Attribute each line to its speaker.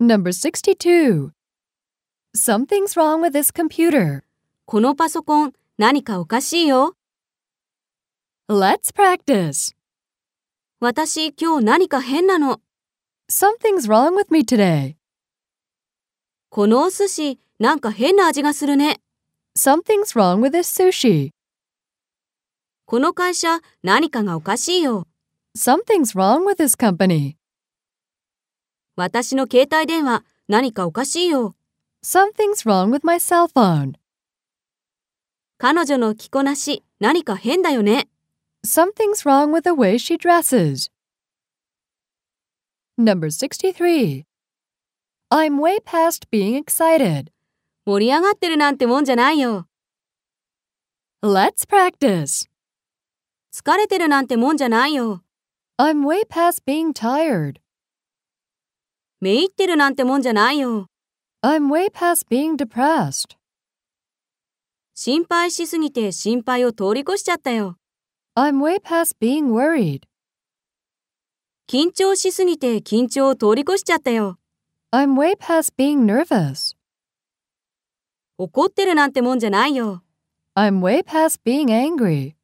Speaker 1: Number 62. Something's wrong with this computer.
Speaker 2: このパソコン、何かおかしいよ。
Speaker 1: Let's practice.
Speaker 2: 私、今日何か変なの。
Speaker 1: Something's wrong with me today.
Speaker 2: このお寿司、なんか変な味がするね。
Speaker 1: Something's wrong with this sushi.
Speaker 2: この会社、何かがおかしいよ。
Speaker 1: Something's wrong with this company.
Speaker 2: 私の携帯電話、何かおかしいよ。
Speaker 1: Something's wrong with my cell phone.
Speaker 2: 彼女の着こなし、何か変だよね。
Speaker 1: Something's wrong with the way she dresses. Number 63. I'm way past being excited.
Speaker 2: 盛り上がってるなんてもんじゃないよ。
Speaker 1: Let's practice.
Speaker 2: 疲れてるなんてもんじゃないよ。
Speaker 1: I'm way past being tired.
Speaker 2: めいってるなんてもんじゃないよ。
Speaker 1: I'm way past being depressed.
Speaker 2: 心配しすぎて心配を通り越しちゃったよ。
Speaker 1: I'm way past being worried.
Speaker 2: 緊張しすぎて緊張を通り越しちゃったよ。
Speaker 1: I'm way past being nervous.
Speaker 2: 怒ってるなんてもんじゃないよ。
Speaker 1: I'm way past being angry.